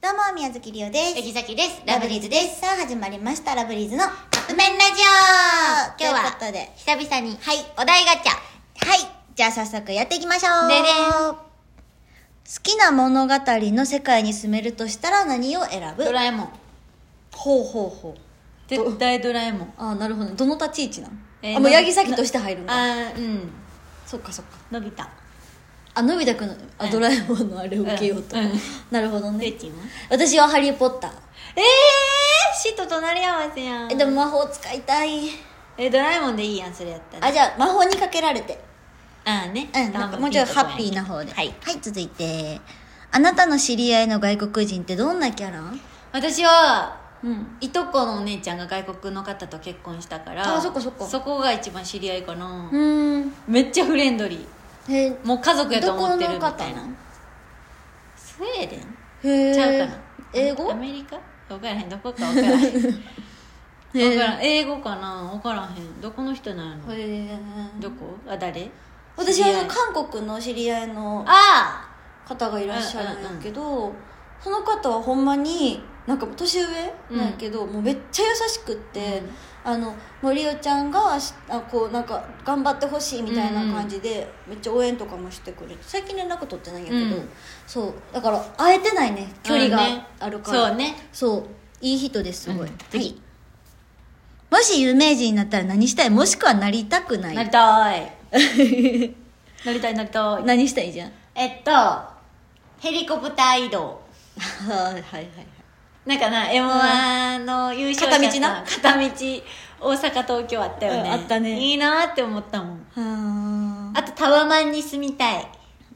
どうも、宮崎りおです。えぎさきです。ラブリーズです。す。さあ、始まりました、ラブリーズの。はカップ麺ラジオ今日ということでは、久々に、はい、お題ガチャ。い。じゃあ、早速やっていきましょう。ででん好きな物語の世界に住めるとしたら何を選ぶドラえもん。ほうほうほう。絶対ドラえもん。ああ、なるほど。どの立ち位置なん、えーあ、もう、な八木咲として入るんだ。あー、うん。そっかそっか。のび太。あ、のび太くんの、あ、うんドラえもんのあれを受けようと。うんうんなるほどふねー。ちんは私はハリー・ポッター。えー、死と隣り合わせやん。え、でも魔法使いたい。え、ドラえもんでいいやん、それやったら。あ、じゃあ、魔法にかけられて。あーね。うん、なんかもうちょいハッピーな方で。はい。続いて。あなたの知り合いの外国人ってどんなキャラ私は、うん。いとこのお姉ちゃんが外国の方と結婚したから、あそっかそっかそこが一番知り合いかな。うん。めっちゃフレンドリー。へもう家族やとどこ思ってるのみた方いなな。のスウェーデへンえ。ちゃうかな英語アメリカ分からへんどこか分からへ ん分からん英語かな分からへんどこの人なんやろへえ。どこあ誰私は知り合あいの韓国の知り合いのあ方がいらっしゃるんやけど、その方はほんまに、なんか年上うんなんやけど、もうめっちゃ優しくって、うんあの、森尾ちゃんが、しあこう、なんか、頑張ってほしいみたいな感じで、めっちゃ応援とかもしてくれて、最近連絡取ってないんやけど、うんそう、だから、会えてないね、距離うんねがあるから。そうね。そう、いい人です、すごい。はうんいもし有名人になったら何したいもしくはなりたくなあいなりたいなりたい なりたい何したいじゃんえっとヘリコプター移動はいはいはいはい。なんかな m 1の優勝者さん片道大阪東京あったよね、うんあったねいいなって思ったもはんあとタワマンに住みたい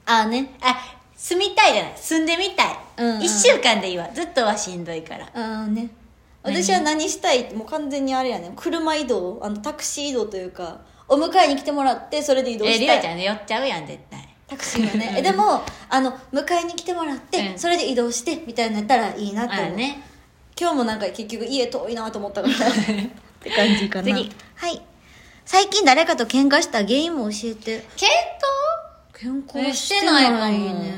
あ、あね。あ住みたいじゃない住んでみたい、うんうん1週間でいいわずっとはしんどいからあーね私は何したいってもう完全にあれやね車移動あのタクシー移動というかお迎えに来てもらってそれで移動えしりたおちゃいんね寄っちゃうやん絶対タクシーは ねえでもあの迎えに来てもらって、うんそれで移動してみたいなのやったらいいなとあ思う、ね今日もなんか結局家遠いなと思ったから って感じかな次はい最近誰かと喧嘩した原因も教えて喧喧嘩嘩ししててなないいかもね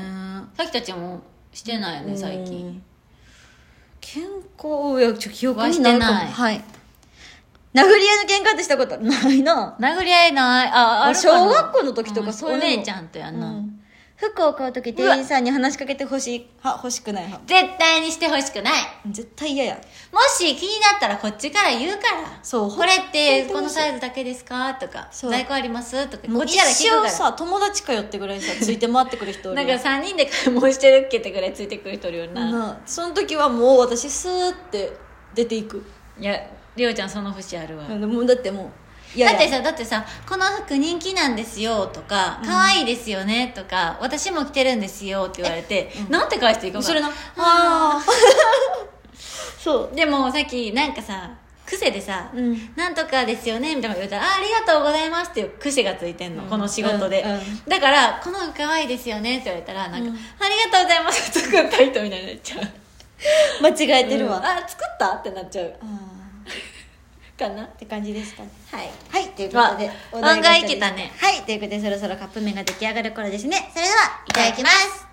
さきたちもしてないよね最近健康いやちょ記憶にないかもはしてはないい殴り合いの喧嘩ってしたことないな殴り合いないああるかな小学校の時とかうんそういうおの姉ちゃんとやんな、うん服を買う時店員さんに話しかけてほしいは欲しくない派絶対にしてほしくない絶対嫌やもし気になったらこっちから言うからそうこれってほんとこのサイズだけですかとかそう在庫ありますとかもこうっ一ちから聞くか生らさ友達かよってぐらいさついて回ってくる人おるな やんんか3人で買い物してるっけってぐらいついてくる人おるよな、なその時はもう私スーって出ていくいやりょうちゃんその節あるわ、もうだってもう嫌だやってさだってさ「この服人気なんですよ」とか「可愛いですよね」とか「私も着てるんですよ」って言われて、なんて返していいか分かそられんなああ そうでもさっきなんかさ癖でさ、うんなんとかですよね」みたいなこと言われたら「あありがとうございます」っていう癖がついてんの、この仕事で、うんうんだから「この服可愛いですよね」って言われたらなんか、うんありがとうございます」作った人みたいになっちゃう 間違えてるわ、うんあ作ったってなっちゃうあかなって感じですかねはいはいということでわお題が案外いけたねはいということでそろそろカップ麺が出来上がる頃ですねそれではいただきます